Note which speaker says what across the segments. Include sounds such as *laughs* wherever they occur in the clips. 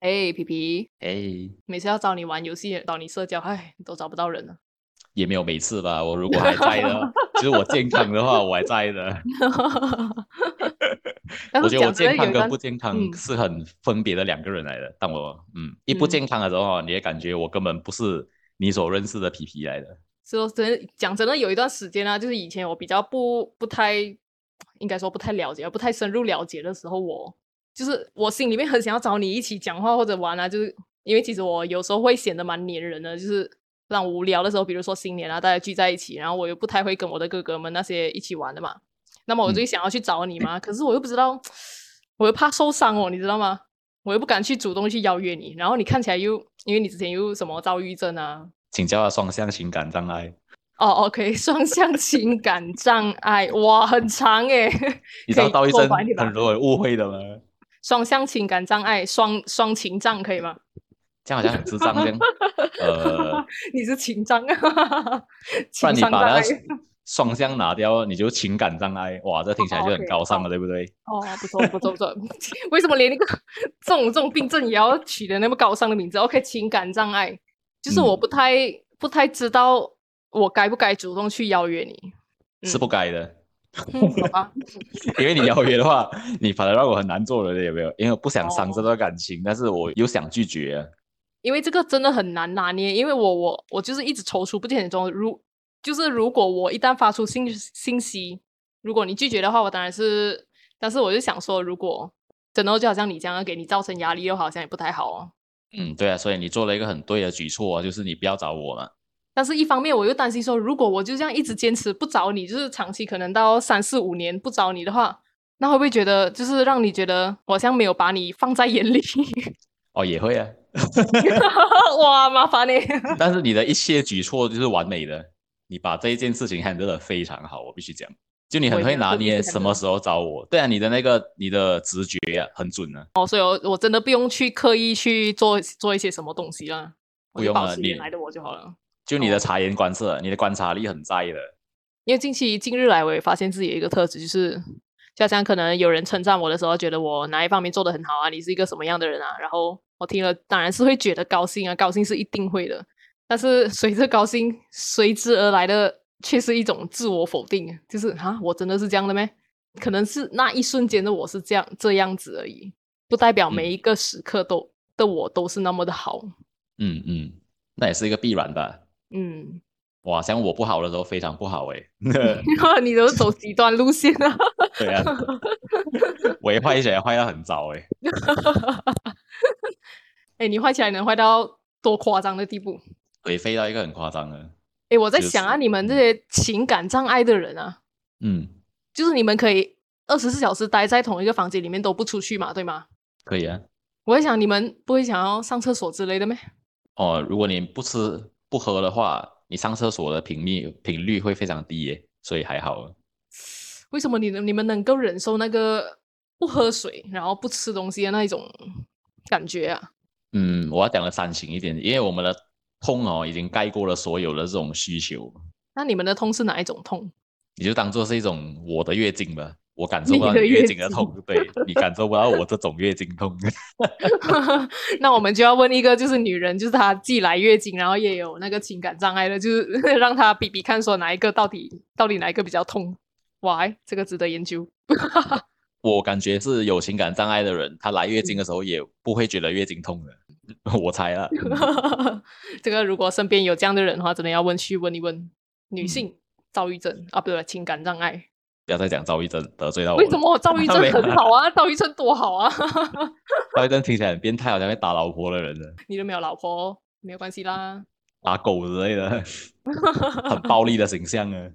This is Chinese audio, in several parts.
Speaker 1: 哎，皮皮，
Speaker 2: 哎，
Speaker 1: 每次要找你玩游戏，找你社交，哎，都找不到人了。
Speaker 2: 也没有每次吧。我如果还在
Speaker 1: *laughs*
Speaker 2: 的，就是我健康的话，我还在的。
Speaker 1: 但
Speaker 2: 我
Speaker 1: 是
Speaker 2: 觉得
Speaker 1: 讲真的
Speaker 2: 我健康
Speaker 1: 有一
Speaker 2: 跟
Speaker 1: 段
Speaker 2: 不健康
Speaker 1: 嗯
Speaker 2: 是很分别的两个人来的。但我嗯，一不
Speaker 1: 嗯
Speaker 2: 健康的时候，你也感觉我根本不是你所认识的皮皮来的。
Speaker 1: 说真讲真的，有一段时间啊，就是以前我比较不不太，应该说不太了解，不太深入了解的时候我，就是我心里面很想要找你一起讲话或者玩啊，就是因为其实我有时候会显得蛮黏人的，就是让我无聊的时候，比如说新年啊，大家聚在一起，然后我又不太会跟我的哥哥们那些一起玩的嘛，那么我就
Speaker 2: 嗯
Speaker 1: 想要去找你嘛，可是我又不知道，我又怕受伤哦，你知道吗？我又不敢去主动去邀约你，然后你看起来又因为你之前又什么躁郁症啊，
Speaker 2: 请教他双向情感障碍。
Speaker 1: 哦，OK，双向情感障碍， *laughs* 哇，很长欸诶，
Speaker 2: 你知道
Speaker 1: 可以
Speaker 2: 道医
Speaker 1: 拓
Speaker 2: 生
Speaker 1: 宽一点
Speaker 2: 很
Speaker 1: 吧
Speaker 2: 多人误会的吗？
Speaker 1: 双向情感障碍，双双情障可以吗？
Speaker 2: 这样好像很智障这
Speaker 1: *laughs*
Speaker 2: 样。呃，
Speaker 1: 你是情障， *laughs*
Speaker 2: 不
Speaker 1: 情
Speaker 2: 然你
Speaker 1: 商障
Speaker 2: 把
Speaker 1: 碍
Speaker 2: 它双向拿掉，你就情感障碍。哇，这听起来就很
Speaker 1: 哦 OK，
Speaker 2: 高尚
Speaker 1: 好
Speaker 2: 了，对不对？
Speaker 1: 哦，不错不错不 *laughs* 错，为什么连那个 *laughs* 这种这种病症也要取的那么高尚的名字？OK，情感障碍，就是我
Speaker 2: 嗯
Speaker 1: 不太、不太知道我该不该主动去邀约你，
Speaker 2: 是不该的。
Speaker 1: 嗯，好吧，
Speaker 2: 因为你邀约的话，你反而让我很难做人，有没有？因为我不想伤这
Speaker 1: 哦
Speaker 2: 段感情，但是我又想拒绝。
Speaker 1: 因为这个真的很难拿捏，因为我我我就是一直踌躇不前中，如就是如果我一旦发出信信息，如果你拒绝的话，我当然是，但是我就想说，如果真的就好像你这样啊给你造成压力，又好像也不太好哦。
Speaker 2: 嗯，对啊，所以你做了一个很对的举措啊，就是你不要找我嘛。
Speaker 1: 但是一方面我又担心说，如果我就这样一直坚持不找你，就是长期可能到三四五年不找你的话，那会不会觉得就是让你觉得我好像没有把你放在眼里？ *laughs*
Speaker 2: 哦，也会啊，
Speaker 1: 哇，麻烦你、欸
Speaker 2: 但是你的一切举措就是完美的，你把这一件事情 handle 得非常好，我必须讲，就你
Speaker 1: 我
Speaker 2: 很
Speaker 1: 也
Speaker 2: 会
Speaker 1: 没有
Speaker 2: 拿
Speaker 1: 特别去
Speaker 2: 捏什
Speaker 1: handle
Speaker 2: 么时候找我。对啊，你的那个你的直觉啊很准啊，
Speaker 1: 哦，所以我我真的不用去刻意去做做一些什么东西啦，我
Speaker 2: 不
Speaker 1: 就
Speaker 2: 用
Speaker 1: 保
Speaker 2: 了
Speaker 1: 持原
Speaker 2: 你
Speaker 1: 来的我就好了。
Speaker 2: 就你的
Speaker 1: 哦
Speaker 2: 察言观色，你的观察力很在的。
Speaker 1: 因为近期近日来，我也发现自己有一个特质，就是就好像可能有人称赞我的时候，觉得我哪一方面做得很好啊，你是一个什么样的人啊，然后我听了当然是会觉得高兴啊，高兴是一定会的，但是随着高兴随之而来的却是一种自我否定，就是啊，我真的是这样的咩？可能是那一瞬间的我是这样这样子而已，不代表每
Speaker 2: 嗯
Speaker 1: 一个时刻都、的我都是那么的好。
Speaker 2: 嗯嗯，那也是一个必然吧。
Speaker 1: 嗯，
Speaker 2: 哇，像我不好的时候非常不好欸 *laughs* 诶、
Speaker 1: *laughs* 你都走极端路线啊！
Speaker 2: *laughs* 对啊，我也坏起来坏到很欸早诶、
Speaker 1: *laughs* 哎、你坏起来能坏到多夸张的地步？
Speaker 2: 颓废到一个很夸张的。
Speaker 1: 哎、我在
Speaker 2: 就
Speaker 1: 想啊，
Speaker 2: 是
Speaker 1: 你们这些情感障碍的人啊，
Speaker 2: 嗯，
Speaker 1: 就是你们可以二十四小时待在同一个房间里面都不出去嘛，对吗？
Speaker 2: 可以啊。
Speaker 1: 我在想，你们不会想要上厕所之类的咩？
Speaker 2: 哦，如果你不吃不喝的话，你上厕所的频率频率会非常低耶、所以还好。
Speaker 1: 为什么你能你们能够忍受那个不喝水然后不吃东西的那一种感觉啊？
Speaker 2: 嗯，我要讲的煽情一点，因为我们的痛哦已经盖过了所有的这种需求，
Speaker 1: 那你们的痛是哪一种痛？
Speaker 2: 你就当做是一种我的月经吧。我感受
Speaker 1: 你
Speaker 2: 不到
Speaker 1: 的
Speaker 2: 你月
Speaker 1: 月
Speaker 2: 经的
Speaker 1: 经
Speaker 2: 痛，对你感受不到我这种月经痛。
Speaker 1: *laughs* 那我们就要问一个，就是女人，就是她既来月经，然后也有那个情感障碍的，就是 *laughs* 让她比比看，说哪一个到底到底哪一个比较痛？哇，哎这个值得研究。 *laughs*
Speaker 2: 我感觉是有情感障碍的人，他来月经的时候也不会觉得月经痛的， *laughs* 我猜啦。嗯
Speaker 1: 这个如果身边有这样的人的话，真的要问去问一问。女
Speaker 2: 嗯
Speaker 1: 性躁郁症啊，不对，情感障碍，
Speaker 2: 不要再讲躁郁症，得罪到我了。
Speaker 1: 为什么躁郁
Speaker 2: *laughs*
Speaker 1: 症
Speaker 2: 没有
Speaker 1: 很好啊？躁郁症多好啊！ *laughs*
Speaker 2: 躁郁症听起来很变态，好像会打老婆
Speaker 1: *laughs*
Speaker 2: 的人呢，
Speaker 1: 你都没有老婆，没有关系啦。
Speaker 2: 打狗之类的， *laughs* 很暴力的形象啊。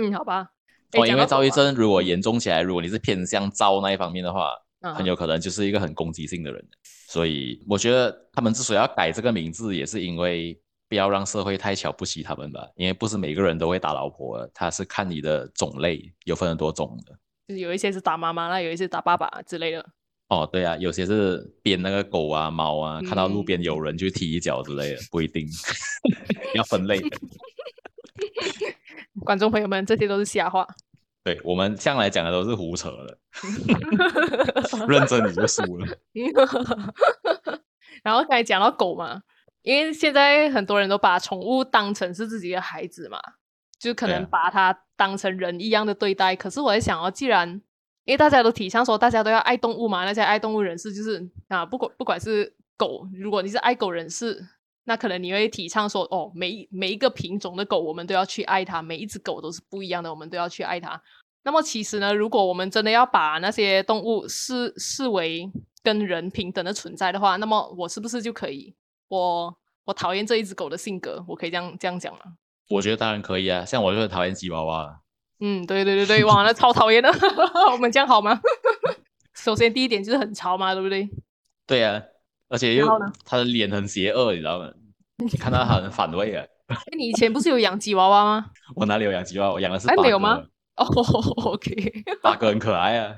Speaker 1: 嗯，好吧。诶
Speaker 2: 哦，因
Speaker 1: 讲
Speaker 2: 为
Speaker 1: 到
Speaker 2: 躁郁
Speaker 1: 狗啊
Speaker 2: 症如果严重起来，如果你是偏向躁那一方面的话，
Speaker 1: 啊
Speaker 2: 很有可能就是一个很攻击性的人。所以我觉得他们之所以要改这个名字，也是因为不要让社会太瞧不起他们吧，因为不是每个人都会打老婆的，他是看你的种类，有分很多种的。
Speaker 1: 就是有一些是打妈妈啦，那有一些是打爸爸之类的。
Speaker 2: 哦，对啊，有些是编那个狗啊、猫啊，看到路边
Speaker 1: 嗯
Speaker 2: 有人就踢一脚之类的，不
Speaker 1: *laughs*
Speaker 2: 一定要分类。
Speaker 1: 观众朋友们，这些都是瞎话。
Speaker 2: 对我们向来讲的都是
Speaker 1: *laughs*
Speaker 2: 胡扯的，认真你就输了。
Speaker 1: *laughs* 然后刚才讲到狗嘛，因为现在很多人都把宠物当成是自己的孩子嘛，就可
Speaker 2: 对
Speaker 1: 能
Speaker 2: 啊
Speaker 1: 把它当成人一样的对待。可是我在想哦，既然因为大家都提倡说大家都要爱动物嘛，那些爱动物人士就是啊，不管不管是狗，如果你是爱狗人士，那可能你会提倡说哦，每一每一个品种的狗我们都要去爱它，每一只狗都是不一样的，我们都要去爱它。那么其实呢，如果我们真的要把那些动物视视为跟人平等的存在的话，那么我是不是就可以？我我讨厌这一只狗的性格，我可以这样这样讲吗？
Speaker 2: 我觉得当然可以啊，像我就很讨厌吉娃娃，
Speaker 1: 嗯，对对对对，哇，那超讨厌的， *laughs* 我们这样好吗？ *laughs* 首先第一点就是很潮嘛，对不对？
Speaker 2: 对啊，而且
Speaker 1: 然
Speaker 2: 又
Speaker 1: 后呢
Speaker 2: 它的脸很邪恶，你知道吗？看到它很反胃啊。
Speaker 1: 诶你以前不是有养吉娃娃吗？ *laughs*
Speaker 2: 我哪里有养吉娃娃？我养的是
Speaker 1: 哎
Speaker 2: 八
Speaker 1: 没
Speaker 2: 哥，
Speaker 1: 有吗哦、o k
Speaker 2: 八哥很可爱啊，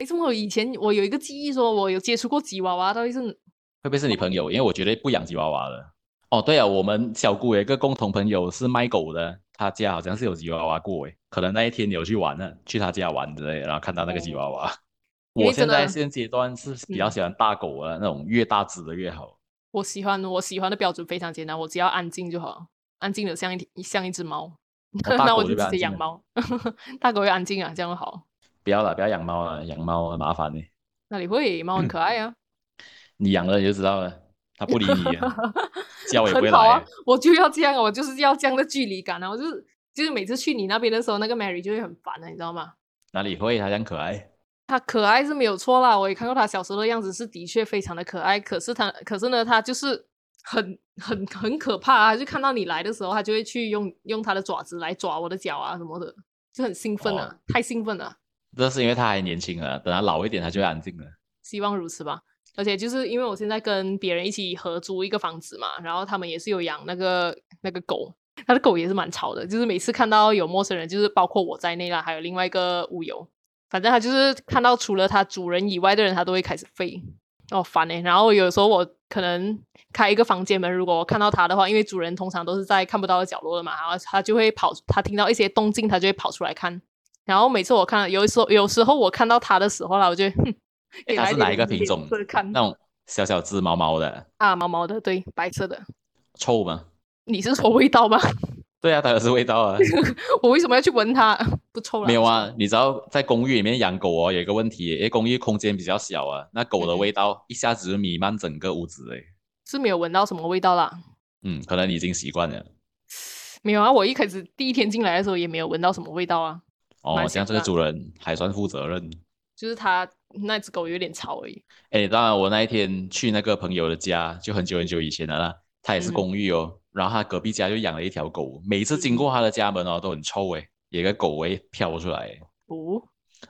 Speaker 1: 为什么我以前我有一个记忆，说我有接触过吉娃娃，到底是
Speaker 2: 会不会是你朋友？因为我绝对不养吉娃娃的。哦，对啊，我们小姑有一个共同朋友是卖狗的，他家好像是有吉娃娃过诶，可能那一天你有去玩呢，去他家玩之类，然后看到那个吉娃娃。
Speaker 1: 哦因为
Speaker 2: 我现
Speaker 1: 真的
Speaker 2: 在现阶段是比较
Speaker 1: 嗯
Speaker 2: 喜欢大狗啊，那种越大只的越好。
Speaker 1: 我喜欢我喜欢的标准非常简单，我只要安静就好，安静的像一像一只 *laughs* 猫，
Speaker 2: 哦大
Speaker 1: 那我
Speaker 2: 狗
Speaker 1: 就
Speaker 2: 就不
Speaker 1: 直接
Speaker 2: 要安静
Speaker 1: 养
Speaker 2: 了
Speaker 1: 猫， *laughs* 大狗要安静啊，这样就好。
Speaker 2: 不要了，不要养猫啊了，养猫很麻烦呢。
Speaker 1: 那你会
Speaker 2: 嗯
Speaker 1: 猫很可爱啊，
Speaker 2: 你养了你就知道了，它不理
Speaker 1: *laughs*
Speaker 2: 你啊，叫也不会
Speaker 1: 很
Speaker 2: 来
Speaker 1: 好啊
Speaker 2: 啊。，
Speaker 1: 我就要这样，我就是要这样的距离感啊，我就是就是每次去你那边的时候，那个 Mary 就会很烦的、啊你知道吗？
Speaker 2: 哪里会？它这样可爱。
Speaker 1: 她可爱是没有错啦，我也看过她小时候的样子，是的确非常的可爱。可是她，可是呢，她就是很很很可怕啊！就看到你来的时候，她就会去用用她的爪子来抓我的脚啊什么的，就很兴奋啊，
Speaker 2: 哦
Speaker 1: 太兴奋了。
Speaker 2: 这是因为它还年轻啊，等它老一点，它就会安静了。
Speaker 1: 希望如此吧。而且就是因为我现在跟别人一起合租一个房子嘛，然后他们也是有养那个那个狗，他的狗也是蛮吵的，就是每次看到有陌生人，就是包括我在内啦，还有另外一个屋友，反正他就是看到除了他主人以外的人，他都会开始吠，哦烦哎、然后有时候我可能开一个房间门，如果我看到他的话，因为主人通常都是在看不到的角落的嘛，然后他就会跑，他听到一些动静，他就会跑出来看。然后每次我看，有时候有时候我看到他的时候啦，我就会哼，给
Speaker 2: 它
Speaker 1: 他
Speaker 2: 是
Speaker 1: 点
Speaker 2: 哪一个
Speaker 1: 脸
Speaker 2: 品种
Speaker 1: 色看
Speaker 2: 那种小小只毛毛的，
Speaker 1: 啊，毛毛的，对，白色的。
Speaker 2: 臭吗？
Speaker 1: 你是说味道吗？ *laughs*
Speaker 2: 对啊，当然是味道啊。
Speaker 1: 我为什么要去闻它？不臭了。
Speaker 2: 没有
Speaker 1: 不臭
Speaker 2: 啊，你知道在公寓里面养狗哦，有一个问题，因为公寓空间比较小啊，那狗的
Speaker 1: 嗯
Speaker 2: 味道一下子就弥漫整个屋子诶。
Speaker 1: 是没有闻到什么味道啦。
Speaker 2: 嗯，可能你已经习惯了。
Speaker 1: 没有啊，我一开始第一天进来的时候也没有闻到什么味道啊，
Speaker 2: 哦
Speaker 1: 蛮，
Speaker 2: 像
Speaker 1: 想
Speaker 2: 这个
Speaker 1: 的
Speaker 2: 主人还算负责任。
Speaker 1: 就是它那只狗有点吵而已。
Speaker 2: 哎，当然，我那一天去那个朋友的家，就很久很久以前了啦。他也是
Speaker 1: 嗯
Speaker 2: 公寓哦，然后他隔壁家就养了一条狗，每次经
Speaker 1: 嗯
Speaker 2: 过他的家门哦，都很臭诶，有一个狗味飘出来诶，
Speaker 1: 哦，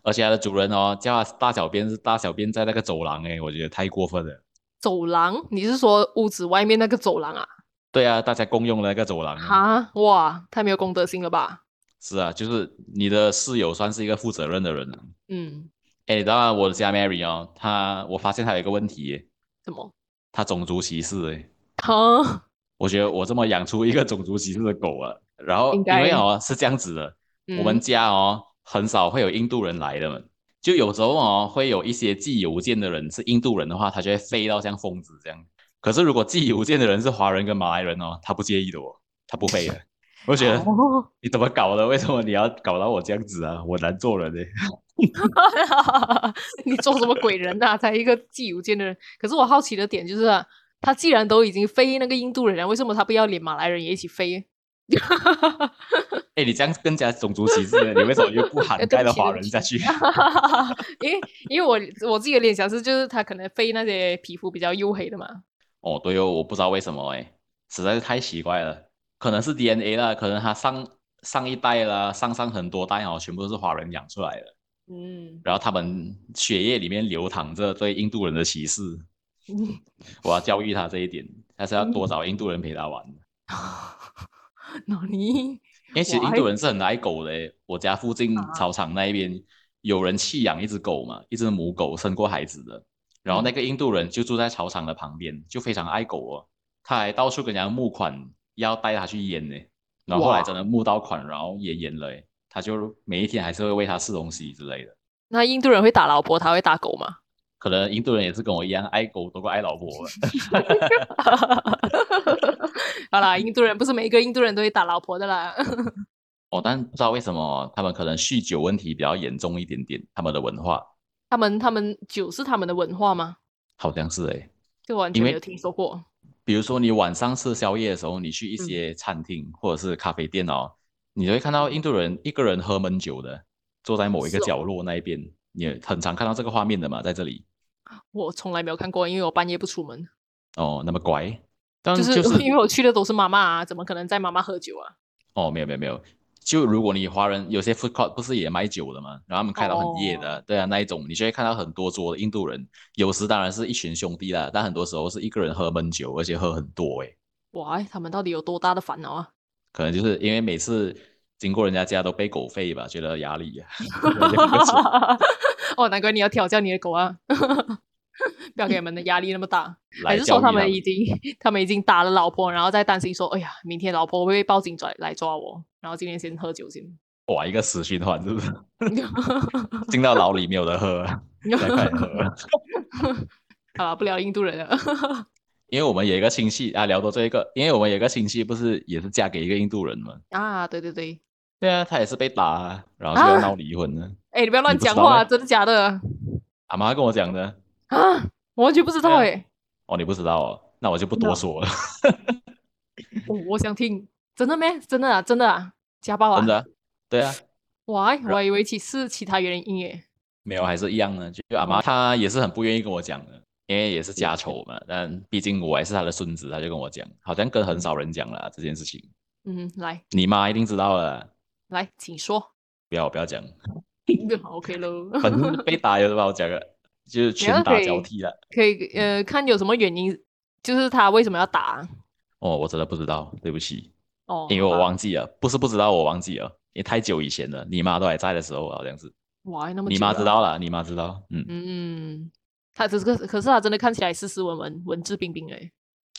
Speaker 2: 而且他的主人哦，叫他大小便是大小便在那个走廊诶，我觉得太过分了。
Speaker 1: 走廊？你是说屋子外面那个走廊啊？
Speaker 2: 对啊，大家共用的那个走廊啊。
Speaker 1: 啊，哇，太没有公德心了吧？
Speaker 2: 是啊，就是你的室友算是一个负责任的人了。
Speaker 1: 嗯，
Speaker 2: 哎，当然，我的家 Mary 哦，她我发现她有一个问题耶，
Speaker 1: 什么？
Speaker 2: 她种族歧视哎。
Speaker 1: 啊，
Speaker 2: 我觉得我这么养出一个种族歧视的狗啊，然后
Speaker 1: 应
Speaker 2: 因
Speaker 1: 该
Speaker 2: 为哦是这样子的，我们
Speaker 1: 嗯
Speaker 2: 家哦很少会有印度人来的嘛，就有时候哦会有一些寄邮件的人是印度人的话，他就会飞到像疯子这样。可是如果寄邮件的人是华人跟马来人哦，他不介意的哦，他不飞的。我觉得
Speaker 1: 哦
Speaker 2: 你怎么搞的？为什么你要搞到我这样子啊？我难做人呢、
Speaker 1: *laughs* 你做什么鬼人呐、才一个寄邮件的人。可是我好奇的点就是、啊，他既然都已经飞那个印度人了，为什么他不要连马来人也一起飞？ *laughs*
Speaker 2: 哎，你这样更加种族歧视了，你为什么又
Speaker 1: *laughs*
Speaker 2: 不涵
Speaker 1: 呃对
Speaker 2: 盖
Speaker 1: 不
Speaker 2: 了
Speaker 1: 起对
Speaker 2: 华
Speaker 1: 不
Speaker 2: 人
Speaker 1: 起
Speaker 2: 下去？ *laughs*
Speaker 1: 因为因为我我自己的联想是，就是他可能飞那些皮肤比较黝黑的嘛。
Speaker 2: 哦，对哦，我不知道为什么哎，实在是太奇怪了，可能是 DNA 啦，可能他上上一代啦，上上很多代哦，全部都是华人养出来的，
Speaker 1: 嗯，
Speaker 2: 然后他们血液里面流淌着对印度人的歧视，我要教育他这一点，但是要
Speaker 1: 嗯
Speaker 2: 多找印度人陪他玩，
Speaker 1: *laughs* 那你
Speaker 2: 因为其实
Speaker 1: 我
Speaker 2: 印
Speaker 1: 还啊
Speaker 2: 度人是很爱狗的诶，我家附近操场那一边有人弃养一只狗嘛，一只母狗生过孩子的，
Speaker 1: 嗯
Speaker 2: 然后那个印度人就住在操场的旁边，就非常爱狗哦，他还到处跟人家募款，要带它去演呢，然后后来
Speaker 1: 哇
Speaker 2: 真的募到款，然后也演了欸诶，他就每一天还是会喂它吃东西之类的，
Speaker 1: 那印度人会打老婆，他会打狗吗？ *laughs*
Speaker 2: 可能印度人也是跟我一样爱狗多过爱老婆。
Speaker 1: 好啦，印度人不是每一个印度人都会打老婆的啦。 *laughs*
Speaker 2: 哦，但不知道为什么他们可能酗酒问题比较严重一点点，他们的文化
Speaker 1: 他们他们酒是他们的文化吗？
Speaker 2: 好像是欸诶。
Speaker 1: 这个完
Speaker 2: 因
Speaker 1: 全没
Speaker 2: 为
Speaker 1: 有听说过。
Speaker 2: 比如说你晚上吃宵夜的时候，你去一
Speaker 1: 嗯
Speaker 2: 些餐厅或者是咖啡店哦，你就会看到印度人一个人喝闷酒的，坐在某一个
Speaker 1: 是哦
Speaker 2: 角落那一边，你也很常看到这个画面的嘛，在这里
Speaker 1: 我从来没有看过，因为我半夜不出门，
Speaker 2: 哦，那么乖，但、
Speaker 1: 就是 *laughs* 因为我去的都是妈妈啊，怎么可能在妈妈喝酒啊？
Speaker 2: 哦，没有没有没有，就如果你华人有些 food court 不是也卖酒的嘛，然后他们开到很夜
Speaker 1: 哦
Speaker 2: 的，对啊那一种，你就会看到很多桌的印度人，有时当然是一群兄弟啦，但很多时候是一个人喝闷酒，而且喝很多诶、欸
Speaker 1: 哇，他们到底有多大的烦恼啊？
Speaker 2: 可能就是因为每次经过人家家都被狗吠吧，觉得压力呀、就 *laughs* 有点不爽
Speaker 1: *laughs* 哦，难怪你要调教你的狗啊！ *laughs* 不要给你们的压力那么大，还
Speaker 2: *laughs* 来
Speaker 1: 是
Speaker 2: 教啊
Speaker 1: 说他
Speaker 2: 育他
Speaker 1: 们已经他们已经打了老婆，然后再担心说，哎呀，明天老婆会不会报警抓来抓我？然后今天先喝酒
Speaker 2: *laughs*
Speaker 1: 先。
Speaker 2: 哇一个死循环，是不 *laughs* 是？进到牢里没有得喝，再快点喝。
Speaker 1: *laughs* 好了，不聊印度人了。 *laughs*
Speaker 2: 因为我们有一个亲戚啊，聊到这一个，因为我们有一个亲戚不是也是嫁给一个印度人嘛，
Speaker 1: 啊，对对对，
Speaker 2: 对啊，他也是被打啊，然后就要
Speaker 1: 啊
Speaker 2: 闹离婚呢。
Speaker 1: 哎，你不要乱
Speaker 2: 你不知
Speaker 1: 讲
Speaker 2: 道
Speaker 1: 话，
Speaker 2: 咩
Speaker 1: 真的假的
Speaker 2: 阿妈跟我讲的，
Speaker 1: 啊？我完全不知道哎、
Speaker 2: 对哦，你不知道哦，那我就不多说了。
Speaker 1: 我哦我想听，真的咩？真的啊，真的啊，家暴啊？
Speaker 2: 真的啊，对啊，
Speaker 1: 哇，我还以为其是其他原因耶。
Speaker 2: 没有还是一样呢。就阿妈她也是很不愿意跟我讲的，因为嗯也是家丑嘛。但毕竟我还是她的孙子，她就跟我讲，好像跟很少人讲了这件事情。
Speaker 1: 嗯，来
Speaker 2: 你妈一定知道了，
Speaker 1: 来，请
Speaker 2: *laughs*
Speaker 1: 说。嗯
Speaker 2: 不要不要讲，
Speaker 1: 好 OK 喽，
Speaker 2: 反正被打有什么好讲的，就是拳打脚踢了。
Speaker 1: 可以呃看有什么原因，就是他为什么要打啊
Speaker 2: 哦，我真的不知道，对不起，
Speaker 1: 哦？
Speaker 2: 因为我
Speaker 1: 好吧
Speaker 2: 忘记了，不是不知道，我忘记了，因为太久以前了，你妈都还在的时候，好像是。
Speaker 1: 哇，那么
Speaker 2: 你
Speaker 1: 久
Speaker 2: 妈
Speaker 1: 了
Speaker 2: 知？道了，你妈知道，嗯，
Speaker 1: 嗯，他只是个，可是他真的看起来斯斯文文、文质彬彬哎。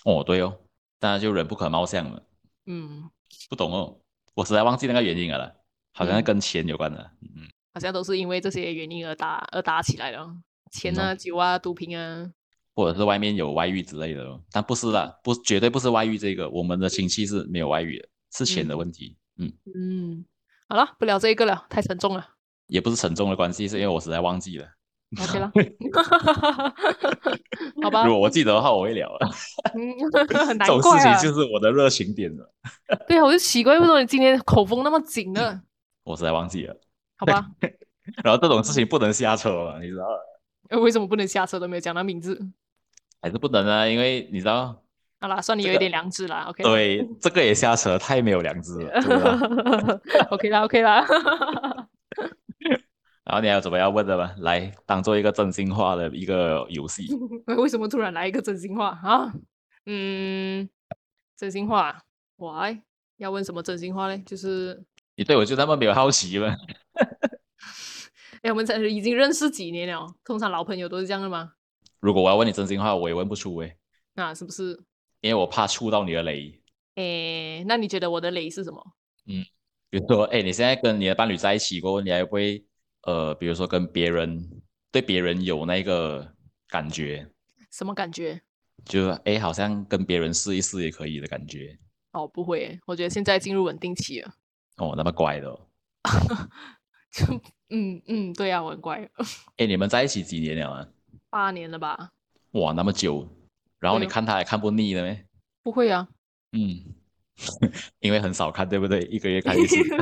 Speaker 2: 哦，对哦，当然就人不可貌相了。
Speaker 1: 嗯，
Speaker 2: 不懂哦，我实在忘记那个原因了啦，好像是
Speaker 1: 嗯
Speaker 2: 跟钱有关的。嗯，
Speaker 1: 好像都是因为这些原因而打而打起来了，钱
Speaker 2: 嗯哦
Speaker 1: 啊、酒啊、毒品啊。
Speaker 2: 或者是外面有外遇之类的咯，但不是
Speaker 1: 嗯
Speaker 2: 啦，不，绝对不是外遇这个，我们的亲戚是没有外遇的，是钱的
Speaker 1: 嗯
Speaker 2: 问题。嗯，
Speaker 1: 嗯，好了，不聊这一个了，太沉重
Speaker 2: *laughs*
Speaker 1: 了。 *laughs*
Speaker 2: 也不是沉重的关系，是因为我实在忘记了。
Speaker 1: OK
Speaker 2: *laughs*
Speaker 1: 了，好吧
Speaker 2: 如，果我记得的话，我会聊了。
Speaker 1: *laughs* 嗯，
Speaker 2: 这
Speaker 1: 难
Speaker 2: 种事
Speaker 1: 怪啊
Speaker 2: 情，就是我的热情点了，
Speaker 1: 对啊，我就奇怪为什么你今天口风那么紧
Speaker 2: *laughs*
Speaker 1: 呢？
Speaker 2: 我实在忘记了。
Speaker 1: 好吧，
Speaker 2: 然后这种事情不能瞎扯嘛，你知道吗？
Speaker 1: 呃为什么不能下车都没有讲到名字？
Speaker 2: 还是不能啊，因为你知道，
Speaker 1: 好啦，算你
Speaker 2: 这
Speaker 1: 有一
Speaker 2: 个
Speaker 1: 点良知啦，OK 啦。
Speaker 2: 对这个也瞎扯，太没有良知了。真的
Speaker 1: *laughs*
Speaker 2: 啊
Speaker 1: OK 啦，OK 啦， *laughs*
Speaker 2: 然后你还有什么要问的吗？来，当做一个真心话的一个游戏。
Speaker 1: 为什么突然来一个真心话啊？嗯，真心话，Why？要问什么真心话嘞？就是，
Speaker 2: 你对我就那么没有好奇吗？
Speaker 1: 哎，我们才已经认识几年了，通常老朋友都是这样的嘛，
Speaker 2: 如果我要问你真心话，我也问不出诶，
Speaker 1: 那是不是？
Speaker 2: 因为我怕触到你的雷。
Speaker 1: 哎，那你觉得我的雷是什么？
Speaker 2: 比如说，哎，你现在跟你的伴侣在一起过后，你还会呃，比如说跟别人对别人有那个感觉，
Speaker 1: 什么感觉？
Speaker 2: 就是哎，诶好像跟别人试一试也可以的感觉。
Speaker 1: 哦，不会耶，我觉得现在进入稳定期了。
Speaker 2: 哦，那么乖的、哦。
Speaker 1: 就 *laughs* 嗯嗯，对啊，我很 *laughs* 乖，
Speaker 2: 哎，你们在一起几年了啊？
Speaker 1: 八年了吧？
Speaker 2: 哇，那么久，然后
Speaker 1: 对
Speaker 2: 你
Speaker 1: 哦
Speaker 2: 看他还看不腻的咩？
Speaker 1: 不会 *laughs* 啊，
Speaker 2: 嗯， *laughs* 因为很少看，对不对？一个月看一次。 *laughs*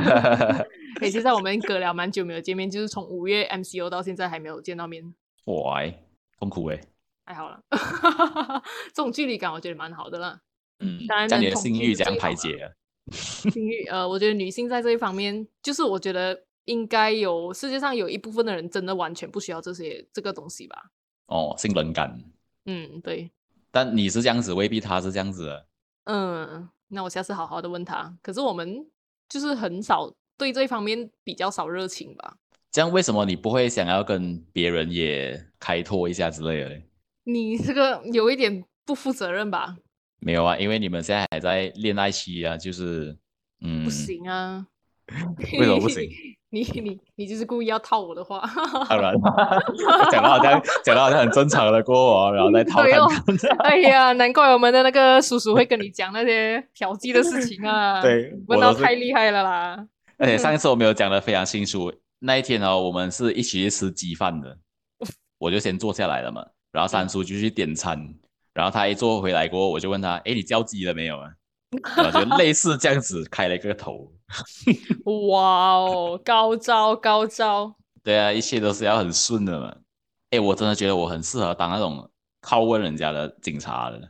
Speaker 1: 哎、其实我们隔了蛮久没有见面，就是从五月 MCO 到现在还没有见到面，
Speaker 2: 哇，诶痛苦诶。
Speaker 1: 还好啦。 *laughs* 这种距离感我觉得蛮好的啦。 *laughs*
Speaker 2: 嗯，
Speaker 1: 当然
Speaker 2: 这样
Speaker 1: 能
Speaker 2: 你的
Speaker 1: 同
Speaker 2: 性
Speaker 1: 居
Speaker 2: 欲
Speaker 1: 是
Speaker 2: 怎样
Speaker 1: 最
Speaker 2: 排
Speaker 1: 好
Speaker 2: 解
Speaker 1: 啦
Speaker 2: 啊？
Speaker 1: 情侣呃，我觉得女性在这一方面，就是我觉得应该有世界上有一部分的人真的完全不需要这些这个东西吧。
Speaker 2: 哦，性冷感。
Speaker 1: 嗯，对，
Speaker 2: 但你是这样子，未必他是这样子的。
Speaker 1: 嗯，那我下次好好的问他。可是我们就是很少对这一方面比较少热情吧。
Speaker 2: 这样为什么你不会想要跟别人也开拓一下之类的嘞？
Speaker 1: 你这个有一点不负责任吧？
Speaker 2: 没有啊，因为你们现在还在恋爱期啊，就是嗯，
Speaker 1: 不行啊，
Speaker 2: *laughs*
Speaker 1: *laughs*
Speaker 2: 为什么不行？
Speaker 1: 你你你就是故意要套我的话， *laughs*
Speaker 2: 当然， *laughs* 讲到好像讲到好像很正常的过我，然后
Speaker 1: *laughs*
Speaker 2: 再套
Speaker 1: 对哦
Speaker 2: 看看。 *laughs*
Speaker 1: 哎呀，难怪我们的那个叔叔会跟你讲那些嫖妓的事情啊，，
Speaker 2: *laughs* 对，
Speaker 1: 问
Speaker 2: 我
Speaker 1: 到
Speaker 2: 都是
Speaker 1: 太嗯厉害了啦，
Speaker 2: 而且上一次我没有讲的非常清楚，那一天哦，我们是一起去吃鸡饭的，我就先坐下来了嘛，然后三叔就去点餐，然后他一坐回来过后，我就问他，哎，你叫鸡了没有啊？然后就类似这样子开了一个头。
Speaker 1: 哇哦，高招高招，
Speaker 2: 对啊，一切都是要很顺的嘛。哎，我真的觉得我很适合当那种拷问人家的警察的，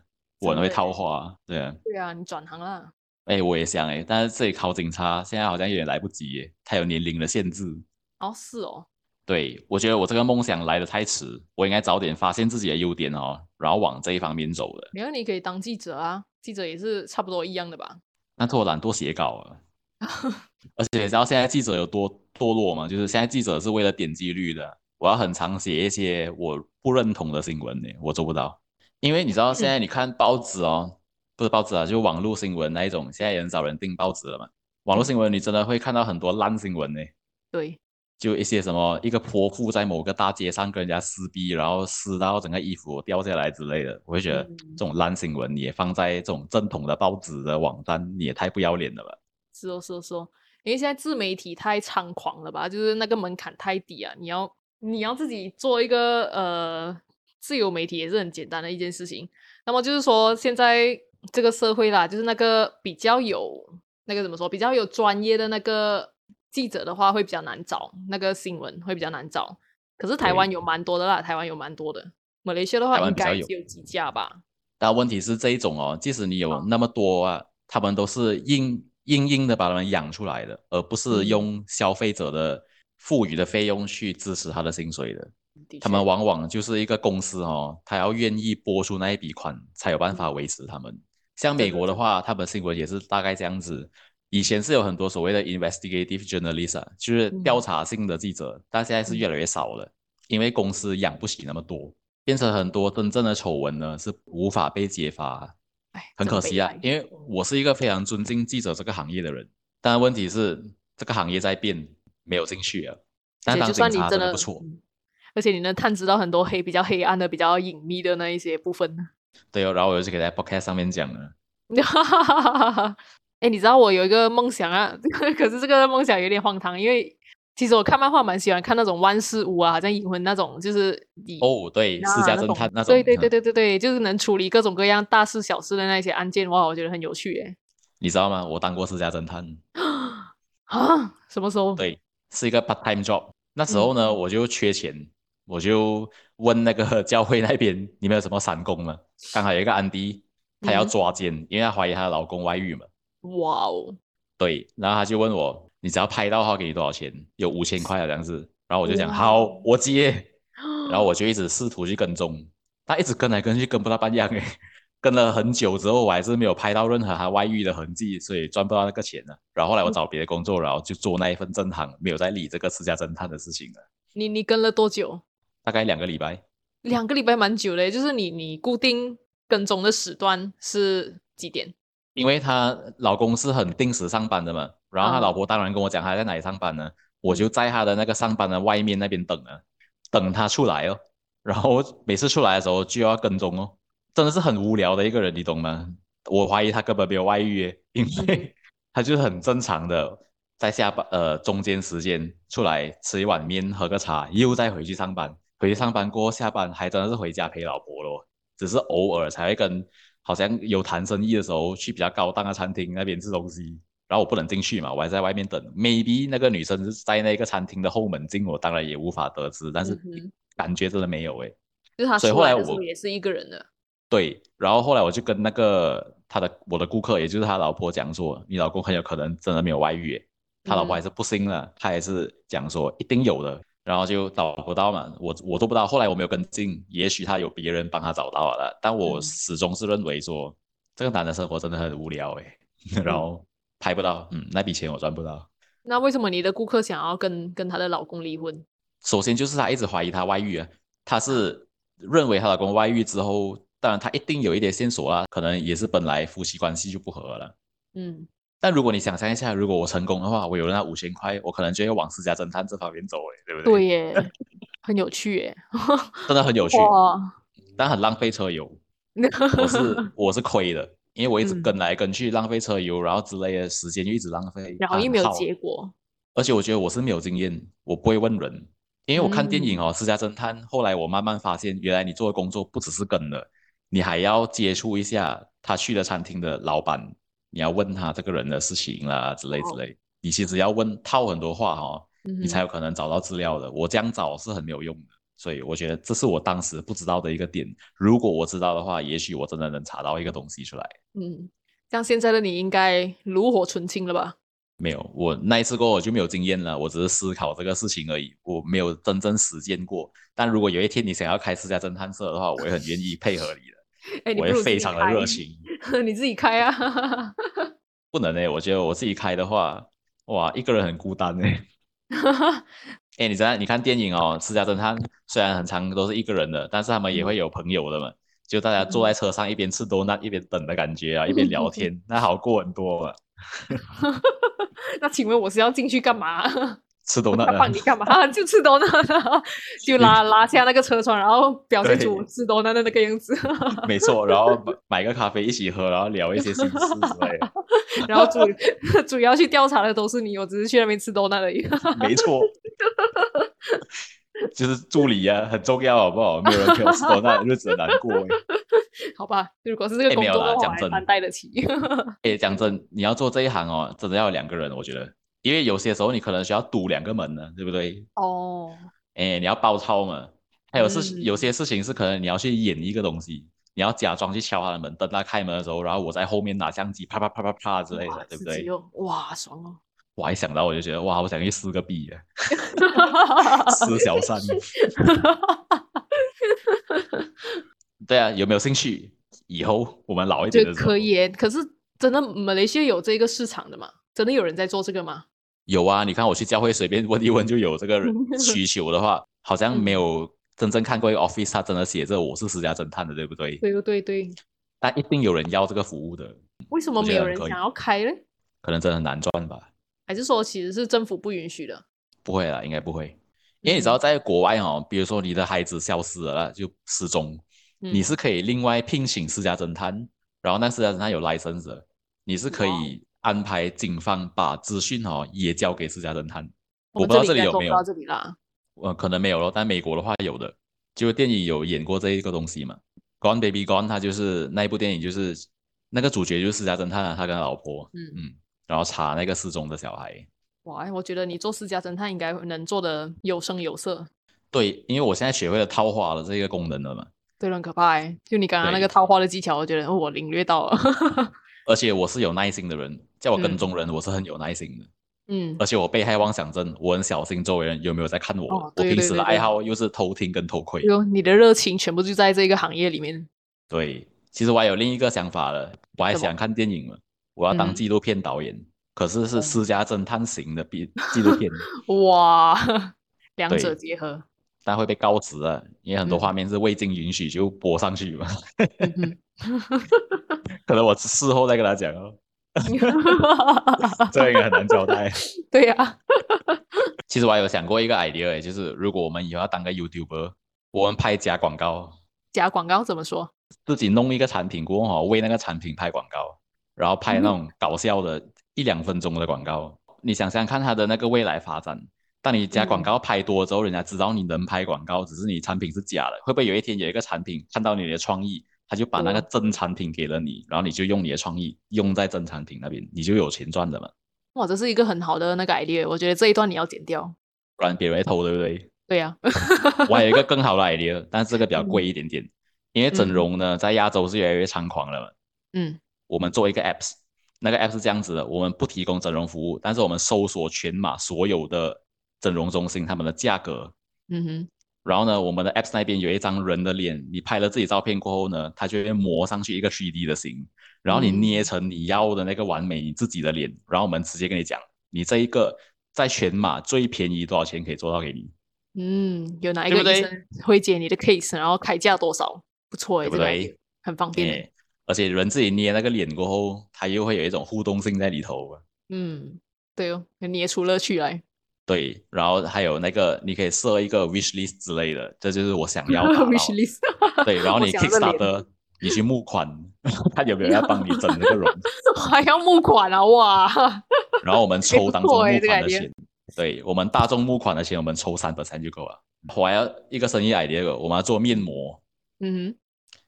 Speaker 2: 我很会
Speaker 1: 真的
Speaker 2: 套话。对啊，
Speaker 1: 对啊，你转行啦，
Speaker 2: 哎，我也想哎，但是这里考警察现在好像有点来不及耶，他有年龄的限制。
Speaker 1: 哦是哦，
Speaker 2: 对，我觉得我这个梦想来的太迟，我应该早点发现自己的优点哦，然后往这一方面走的。
Speaker 1: 没有你可以当记者啊，记者也是差不多一样的吧，
Speaker 2: 但是我懒惰写稿啊，而且你知道现在记者有多堕落吗？就是现在记者是为了点击率的，我要很常写一些我不认同的新闻呢，我做不到。因为你知道现在你看报纸哦，不是报纸啊，就网络新闻那一种，现在也很少人订报纸了嘛。网络新闻你真的会看到很多烂新闻呢。
Speaker 1: 对，
Speaker 2: 就一些什么一个泼妇在某个大街上跟人家撕逼，然后撕到整个衣服掉下来之类的，我就觉得
Speaker 1: 嗯
Speaker 2: 这种烂新闻你也放在这种正统的报纸的网站，你也太不要脸了吧？
Speaker 1: 是哦是哦是哦，因为现在自媒体太猖狂了吧，就是那个门槛太低啊，你要你要自己做一个呃自由媒体也是很简单的一件事情。那么就是说现在这个社会啦，就是那个比较有那个怎么说，比较有专业的那个记者的话会比较难找，那个新闻会比较难找。可是台湾
Speaker 2: 对
Speaker 1: 有蛮多的啦，台湾有蛮多的。马来西亚的
Speaker 2: 台
Speaker 1: 话
Speaker 2: 湾
Speaker 1: 应
Speaker 2: 比较
Speaker 1: 该
Speaker 2: 有
Speaker 1: 只有几家吧？
Speaker 2: 但问题是这一种哦，即使你有
Speaker 1: 嗯
Speaker 2: 那么多啊，他们都是硬硬硬的把他们养出来的，而不是
Speaker 1: 嗯
Speaker 2: 用消费者的赋予的费用去支持他的薪水的。
Speaker 1: 的
Speaker 2: 他
Speaker 1: 确
Speaker 2: 们往往就是一个公司哦，他要愿意拨出那一笔款，才有办法维持他们。像美
Speaker 1: 真的
Speaker 2: 国的
Speaker 1: 真的
Speaker 2: 话，他们新闻也是大概这样子。以前是有很多所谓的 investigative journalist，、啊、就是
Speaker 1: 嗯
Speaker 2: 调查性的记者，但现在是越来越少了，因为公司养不起那么多，变成很多真正的丑闻呢是无法被揭发，
Speaker 1: 哎，
Speaker 2: 很
Speaker 1: 真
Speaker 2: 可
Speaker 1: 悲
Speaker 2: 惜啊
Speaker 1: 哀。
Speaker 2: 因为我是一个非常尊敬记者这个行业的人，但问题是这个行业在变，没有进去啊。但
Speaker 1: 且
Speaker 2: 当
Speaker 1: 就
Speaker 2: 警
Speaker 1: 算你
Speaker 2: 察
Speaker 1: 真
Speaker 2: 的
Speaker 1: 的
Speaker 2: 不错，
Speaker 1: 嗯而且你能探知到很多黑比较黑暗的、比较隐秘的那一些部 *laughs* 分。
Speaker 2: 对哦，然后我就可以在 podcast 上面讲
Speaker 1: 嗯
Speaker 2: 了。
Speaker 1: 哎，你知道我有一个梦想啊， *laughs* 可是这个梦想有点荒唐，因为其实我看漫画蛮喜欢看那种万事屋啊，好像银魂那种，就是你
Speaker 2: 哦，对，私
Speaker 1: 啊
Speaker 2: 家
Speaker 1: 那
Speaker 2: 侦
Speaker 1: 种
Speaker 2: 探那种。
Speaker 1: 对对对
Speaker 2: 嗯
Speaker 1: 对对对，就是能处理各种各样大事小事的那些案件，哇，我觉得很有趣哎。
Speaker 2: 你知道吗？我当过私家侦
Speaker 1: 嗯
Speaker 2: 探，
Speaker 1: *gasps* 啊，什么时候？
Speaker 2: 对，是一个 part time job。那时候呢，
Speaker 1: 嗯
Speaker 2: 我就缺钱，我就问那个教会那边，你们有什么散工吗？刚好有一个安迪，她要
Speaker 1: 嗯
Speaker 2: 抓奸，因为她怀疑她的老公外遇嘛。
Speaker 1: 哇哦，
Speaker 2: 对，然后她就问我，你只要拍到的话，给你多少钱？有五千块好像是。然后我就讲
Speaker 1: 哇
Speaker 2: 好，我接。然后我就一直试图去跟踪，但一直跟来跟去，跟不到半样哎，跟了很久之后，我还是没有拍到任何他外遇的痕迹，所以赚不到那个钱了。然后后来我找别的工作，然后就做那一份正行，没有再理这个私家侦探的事情了。
Speaker 1: 你你跟了多久？
Speaker 2: 大概两个礼拜，
Speaker 1: 两个礼拜蛮久嘞，就是你你固定跟踪的时段是几点？
Speaker 2: 因为她老公是很定时上班的嘛，然后她
Speaker 1: 嗯
Speaker 2: 老婆当然跟我讲她在哪里上班呢，我就在她的那个上班的外面那边等啊，等她出来哦。然后每次出来的时候就要跟踪哦，真的是很无聊的一个人，你懂吗？我怀疑她根本没有外遇耶，因
Speaker 1: 嗯
Speaker 2: 为她就是很正常的在下班呃中间时间出来吃一碗面喝个茶，又再回去上班，回去上班过后下班还真的是回家陪老婆咯。只是偶尔才会跟好像有谈生意的时候去比较高档的餐厅那边吃东西，然后我不能进去嘛，我还在外面等。maybe 那个女生是在那个餐厅的后门进，我当然也无法得知，但是
Speaker 1: 嗯哼
Speaker 2: 感觉真的没有诶、
Speaker 1: 就是他
Speaker 2: 所以
Speaker 1: 出
Speaker 2: 后
Speaker 1: 来
Speaker 2: 来
Speaker 1: 的时候
Speaker 2: 我
Speaker 1: 也是一个人的。
Speaker 2: 对，然后后来我就跟那个他的我的顾客，也就是他老婆讲说，你老公很有可能真的没有外遇耶，他老婆还
Speaker 1: 嗯
Speaker 2: 是不信了，他还是讲说一定有的，然后就找不到嘛，我我做不到，后来我没有跟进，也许他有别人帮他找到了，但我
Speaker 1: 嗯
Speaker 2: 始终是认为说这个男的生活真的很无聊诶， *laughs*
Speaker 1: 嗯
Speaker 2: 然后拍不到，嗯，那笔钱我赚不到。
Speaker 1: 那为什么你的顾客想要跟跟她的老公离婚？
Speaker 2: 首先就是她一直怀疑她外遇啊，她是认为她老公外遇之后，当然她一定有一点线索啊，可能也是本来夫妻关系就不和了，
Speaker 1: 嗯，
Speaker 2: 但如果你想象一下，如果我成功的话，我有了那五千块，我可能就要往私家侦探这方面走，哎，对不
Speaker 1: 对耶，很有趣耶，
Speaker 2: 真的很有趣， *laughs*
Speaker 1: 哇，
Speaker 2: 但很浪费车油。
Speaker 1: *laughs*
Speaker 2: 我是我是亏的，因为我一直
Speaker 1: 嗯
Speaker 2: 跟来跟去，浪费车油，然后之类的时间就一直浪费，
Speaker 1: 然后
Speaker 2: 很
Speaker 1: 又没有
Speaker 2: 耗
Speaker 1: 结果，
Speaker 2: 而且我觉得我是没有经验，我不会问人，因为我看电
Speaker 1: 嗯
Speaker 2: 影哦，私家侦探》，后来我慢慢发现，原来你做的工作不只是跟了，你还要接触一下他去的餐厅的老板，你要问他这个人的事情啦之类之
Speaker 1: 哦嗯
Speaker 2: 类，你其实要问套很多话哦，
Speaker 1: 你
Speaker 2: 你才有可能找到资料的。我这样找是很没有用的，所以我觉得这是我当时不知道的一个点。如果我知道的话，也许我真的能查到一个东西出来。
Speaker 1: 嗯，像现在的你应该炉火纯青了吧？ *laughs*
Speaker 2: 没有，我那一次过后我就没有经验了，我只是思考这个事情而已，我没有真正实践过。但如果有一天你想要开私家侦探社的话，我也很愿意配合你的，
Speaker 1: 哎，你
Speaker 2: 我
Speaker 1: 不如自
Speaker 2: 也
Speaker 1: 己
Speaker 2: 非常的
Speaker 1: 开
Speaker 2: 热，情。
Speaker 1: *laughs* 你自己开啊。 *laughs*
Speaker 2: 不能诶、我觉得我自己开的话，哇，一个人很孤单诶、欸。诶、你知道，你看电影哦，私家侦探虽然很长都是一个人的，但是他们
Speaker 1: 嗯
Speaker 2: 也会有朋友的嘛，就大家坐在车上一边吃 donut 一边等的感觉啊，一边聊天，那好过很多嘛。
Speaker 1: 那请问我是要进去干嘛？
Speaker 2: 吃
Speaker 1: 我
Speaker 2: donut
Speaker 1: 要帮
Speaker 2: 啊
Speaker 1: 你干嘛？ *laughs* 就吃多呢， *laughs* 就拉拉下那个车窗，然后表现出
Speaker 2: 对
Speaker 1: 我吃多呢的那个样子，
Speaker 2: *laughs*
Speaker 1: *laughs*
Speaker 2: 没错，然后买买个咖啡一起喝，然后聊一些心事之类的。
Speaker 1: 然后主 *laughs* 主要去调查的都是你，我只是去那边吃多呢而已。
Speaker 2: *laughs* 没错，就是助理啊，很重要，好不好？没有人陪我吃多那日子很难过 *laughs* 欸。
Speaker 1: *laughs* 好吧，如果是这
Speaker 2: 哎
Speaker 1: 个工
Speaker 2: 没有
Speaker 1: 作
Speaker 2: 啦
Speaker 1: 的话，
Speaker 2: 讲
Speaker 1: 我还
Speaker 2: 真
Speaker 1: 蛮带得起。 *laughs*
Speaker 2: 哎，讲真，你要做这一行哦，真的要有两个人，我觉得，因为有些时候你可能需要堵两个门呢，对不对？
Speaker 1: 哦，
Speaker 2: 哎，你要包抄嘛，还有事，
Speaker 1: 嗯
Speaker 2: 有些事情是可能你要去演一个东西，你要假装去敲他的门，等他开门的时候，然后我在后面拿相机啪啪啪啪啪之类
Speaker 1: 哇
Speaker 2: 的，对不
Speaker 1: 刺激
Speaker 2: 对？
Speaker 1: 哦哇，爽
Speaker 2: *laughs*
Speaker 1: 哦！
Speaker 2: 我还想到我就觉得哇，我想去撕个逼啊，撕小三。 *laughs* 对啊，有没有兴趣？以后我们老一点
Speaker 1: 就
Speaker 2: 的时
Speaker 1: 可
Speaker 2: 候，
Speaker 1: 以耶。可是真的，马来西亚有这个市场的嘛？真的有人在做这个吗？
Speaker 2: 有啊，你看我去教会随便问一问就有这个人需求
Speaker 1: *laughs*
Speaker 2: 的话，好像没有真正看过一个 Office，他真的写着我是私家侦探的，对不对？
Speaker 1: 对对对对，
Speaker 2: 但一定有人要这个服务的，
Speaker 1: 为什么
Speaker 2: 我觉
Speaker 1: 没
Speaker 2: 得
Speaker 1: 有
Speaker 2: 很
Speaker 1: 人
Speaker 2: 可以
Speaker 1: 想要开呢？
Speaker 2: 可能真的很难赚吧？
Speaker 1: 还是说其实是政府不允许的？
Speaker 2: 不会啦，应该不会，因为你知道
Speaker 1: 嗯
Speaker 2: 在国外哦，比如说你的孩子消失了啦，就失踪，
Speaker 1: 嗯
Speaker 2: 你是可以另外聘请私家侦探，然后那私家侦探有 license，的你是可
Speaker 1: 哇哦
Speaker 2: 以安排警方把资讯哦也交给私家侦探。
Speaker 1: 我们
Speaker 2: 我不知道
Speaker 1: 这
Speaker 2: 这
Speaker 1: 里
Speaker 2: 里
Speaker 1: 应该做不
Speaker 2: 有没有
Speaker 1: 到，这里啦。
Speaker 2: 呃，可能没有咯，但美国的话有的，就电影有演过这一个东西嘛，《Gone Baby Gone》，它就是那一部电影，就是那个主角就是私家侦探啊，他跟他老婆，
Speaker 1: 嗯
Speaker 2: 嗯，然后查那个失踪的小孩。
Speaker 1: 哇，我觉得你做私家侦探应该能做的有声有色，
Speaker 2: 对，因为我现在学会了套话的这个功能了嘛，
Speaker 1: 对，很可怕哎。就你刚刚那
Speaker 2: 对
Speaker 1: 个套话的技巧，我觉得哦我领略到了。 *laughs*
Speaker 2: 而且我是有耐心的人，叫我跟
Speaker 1: 嗯
Speaker 2: 踪人，我是很有耐心的，
Speaker 1: 嗯，
Speaker 2: 而且我被害妄想症，我很小心周围人有没有在看我。
Speaker 1: 哦
Speaker 2: 我
Speaker 1: 对
Speaker 2: 平
Speaker 1: 对
Speaker 2: 时
Speaker 1: 对
Speaker 2: 的
Speaker 1: 对
Speaker 2: 爱好又是偷听跟偷窥。
Speaker 1: 哟，你的热情全部就在这个行业里面。
Speaker 2: 对，其实我还有另一个想法了，我还
Speaker 1: 什么
Speaker 2: 想看电影了，我要当
Speaker 1: 嗯哦
Speaker 2: 纪录片导演，可是是私家侦探型的纪纪录片，
Speaker 1: 哇，两
Speaker 2: 对
Speaker 1: 者结
Speaker 2: *laughs*
Speaker 1: 合。
Speaker 2: 但会被告知啊，因为很多
Speaker 1: 嗯
Speaker 2: 画面是未经允许就播上去嘛。
Speaker 1: 嗯哼
Speaker 2: *laughs* 可能我事后再跟他讲哦，这个应该很难交代。 *laughs*
Speaker 1: 对呀、
Speaker 2: 其实我还有想过一个 idea，欸就是如果我们以后要当个 YouTuber，我们拍假广告，
Speaker 1: 假广告怎么说？
Speaker 2: 自己弄一个产品过后哦，为那个产品拍广告，然后拍那
Speaker 1: 嗯
Speaker 2: 种搞笑的一两分钟的广告。你想想看它的那个未来发展，当你加广
Speaker 1: 嗯
Speaker 2: 告拍多之后，人家知道你能拍广告，只是你产品是假的，会不会有一天有一个产品看到你的创意，他就把那个
Speaker 1: 对
Speaker 2: 真产品给了你，然后你就用你的创意用在真产品那边，你就有钱赚了嘛？
Speaker 1: 哇，这是一个很好的那个 idea，我觉得这一段你要剪掉。
Speaker 2: 不然别人会偷，对不对？
Speaker 1: *laughs* 对呀、
Speaker 2: 我还有一个更好的 idea，但是这个比较贵一点点，因为整
Speaker 1: 嗯
Speaker 2: 容呢在亚洲是越来越猖狂了嘛。
Speaker 1: 嗯，
Speaker 2: 我们做一个 apps，那个 app 是这样子的，我们不提供整容服务，但是我们搜索全马所有的整容中心他们的价格，
Speaker 1: 嗯哼，
Speaker 2: 然后呢，我们的 apps 那边有一张人的脸，你拍了自己照片过后呢，它就会磨上去一个 3D 的形，然后你
Speaker 1: 嗯
Speaker 2: 捏成你要的那个完美你自己的脸，然后我们直接跟你讲，你这一个在全马最便宜多少钱可以做到给你，
Speaker 1: 嗯，有哪一
Speaker 2: 对
Speaker 1: 个
Speaker 2: 不
Speaker 1: 医
Speaker 2: 对
Speaker 1: 生会接你的 case，然后开价多少？不错哎、欸，
Speaker 2: 对哎不
Speaker 1: 这个 idea
Speaker 2: 对？
Speaker 1: 很方便欸
Speaker 2: 诶而且人自己捏那个脸过后，它又会有一种互动性在里头。啊
Speaker 1: 嗯，对哦，捏出乐趣来。
Speaker 2: 对，然后还有那个你可以设一个 wish list 之类的，这就是我想
Speaker 1: *laughs*
Speaker 2: 要达到的
Speaker 1: wish list *laughs*
Speaker 2: 对，然后
Speaker 1: 我
Speaker 2: 你
Speaker 1: 想要个脸
Speaker 2: Kickstarter，你去募款，看有没有人要帮你整
Speaker 1: *laughs*
Speaker 2: 那个容。
Speaker 1: 还要募款啊！哇， *laughs*
Speaker 2: 然后我们抽当中
Speaker 1: 欸
Speaker 2: 募
Speaker 1: 这个
Speaker 2: 款的
Speaker 1: idea
Speaker 2: 钱，对我们大众募款的钱，我们抽三 percent 就够了。我还要一个生意 idea，我们要做面膜。
Speaker 1: 嗯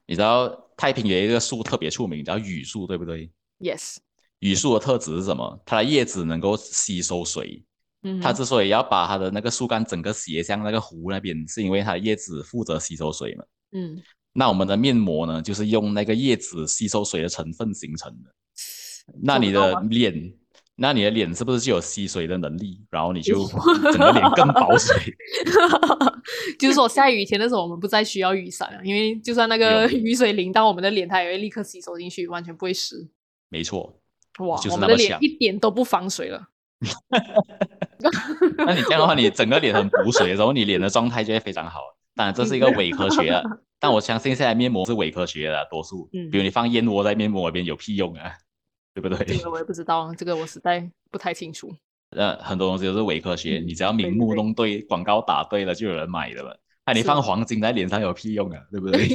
Speaker 2: 你知道太平有一个树特别出名，叫榆树，对不对？
Speaker 1: 哼，yes，
Speaker 2: 榆树的特质是什么？它的叶子能够吸收水。
Speaker 1: 嗯哼，
Speaker 2: 它之所以要把它的那个树干整个斜向那个湖那边，是因为它的叶子负责吸收水嘛。
Speaker 1: 嗯， *laughs*
Speaker 2: 那我们的面膜呢，就是用那个叶子吸收水的成分形成的。那你
Speaker 1: 做得
Speaker 2: 的
Speaker 1: 到
Speaker 2: 脸，那你的脸是不是就有吸水的能力？然后
Speaker 1: *laughs*
Speaker 2: 你就整个脸更保水。
Speaker 1: 就是说下雨天的时候，我们不再需要雨伞啊了，因为就算那个
Speaker 2: 不用
Speaker 1: 雨水淋到我们的脸，它也会立刻吸收进去，完全不会湿。
Speaker 2: 没错，
Speaker 1: 哇，
Speaker 2: 就是
Speaker 1: 我们
Speaker 2: 那
Speaker 1: 的
Speaker 2: 么
Speaker 1: 脸
Speaker 2: 想
Speaker 1: 一点都不防水
Speaker 2: *laughs*
Speaker 1: 了。
Speaker 2: 那你这样的话，你整个脸很补水的时候，你脸的状态就会非常好。当然，这是一个伪科学
Speaker 1: *laughs*
Speaker 2: 啊，但我相信现在面膜是伪科学的啊，多数
Speaker 1: 嗯。
Speaker 2: 比如你放燕窝在面膜里边有屁用啊， *laughs* 对不
Speaker 1: 这
Speaker 2: 对？
Speaker 1: 个我也不知道，这个我实在不太清楚。
Speaker 2: 呃，很多东西都是伪科学，
Speaker 1: 嗯
Speaker 2: 你只要
Speaker 1: 对
Speaker 2: 明
Speaker 1: 对
Speaker 2: 目
Speaker 1: 对
Speaker 2: 弄对，广告打对了就有人买的了。那你
Speaker 1: 是
Speaker 2: 放黄金在脸上有屁用啊，对不对？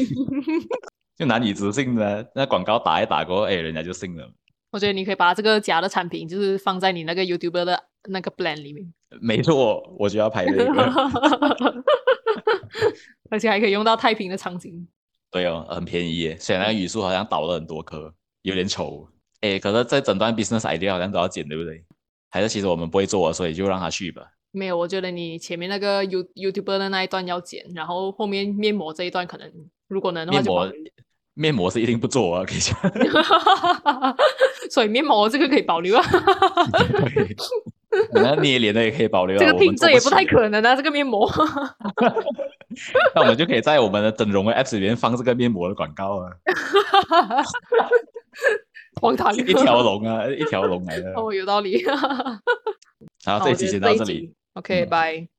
Speaker 2: 就难以置信的，那广告打一打过后，哎，人家就信了。
Speaker 1: *laughs* 我觉得你可以把这个假的产品，就是放在你那个 YouTube 的那个 plan 里面，
Speaker 2: 没错，我就要哎拍
Speaker 1: *laughs*
Speaker 2: 这个。
Speaker 1: 而且还可以用到太平的场景。
Speaker 2: 对哦，很便宜耶，虽然那个语速好像倒了很多颗，有点丑。哎，可是这整段 business idea 好像都要剪，对不对？还是其实我们不会做，啊所以就让他去吧。
Speaker 1: 没有，我觉得你前面那个 You YouTuber 的那一段要剪，然后后面面膜这一段可能如果能的话
Speaker 2: 面
Speaker 1: 就保
Speaker 2: 膜
Speaker 1: 留。 *laughs*
Speaker 2: 面膜是一定不做啊，可以讲。
Speaker 1: 所以面膜这个可以保留啊，
Speaker 2: 对那捏脸的也可以保留啊。
Speaker 1: 这个
Speaker 2: 我
Speaker 1: 听
Speaker 2: 们做
Speaker 1: 着也不
Speaker 2: 起
Speaker 1: 太可能啊，这个面膜。 *laughs*
Speaker 2: 那我们就可以在我们的整容的 App 里面放这个面膜的广告啊，
Speaker 1: 荒唐，
Speaker 2: 一条龙啊，一条龙来的。
Speaker 1: 哦，有道理。*laughs*
Speaker 2: 好，
Speaker 1: 好
Speaker 2: 这
Speaker 1: 我
Speaker 2: 一期
Speaker 1: 觉
Speaker 2: 先
Speaker 1: 得
Speaker 2: 到
Speaker 1: 一
Speaker 2: 这里
Speaker 1: 集。OK，
Speaker 2: 嗯
Speaker 1: 拜。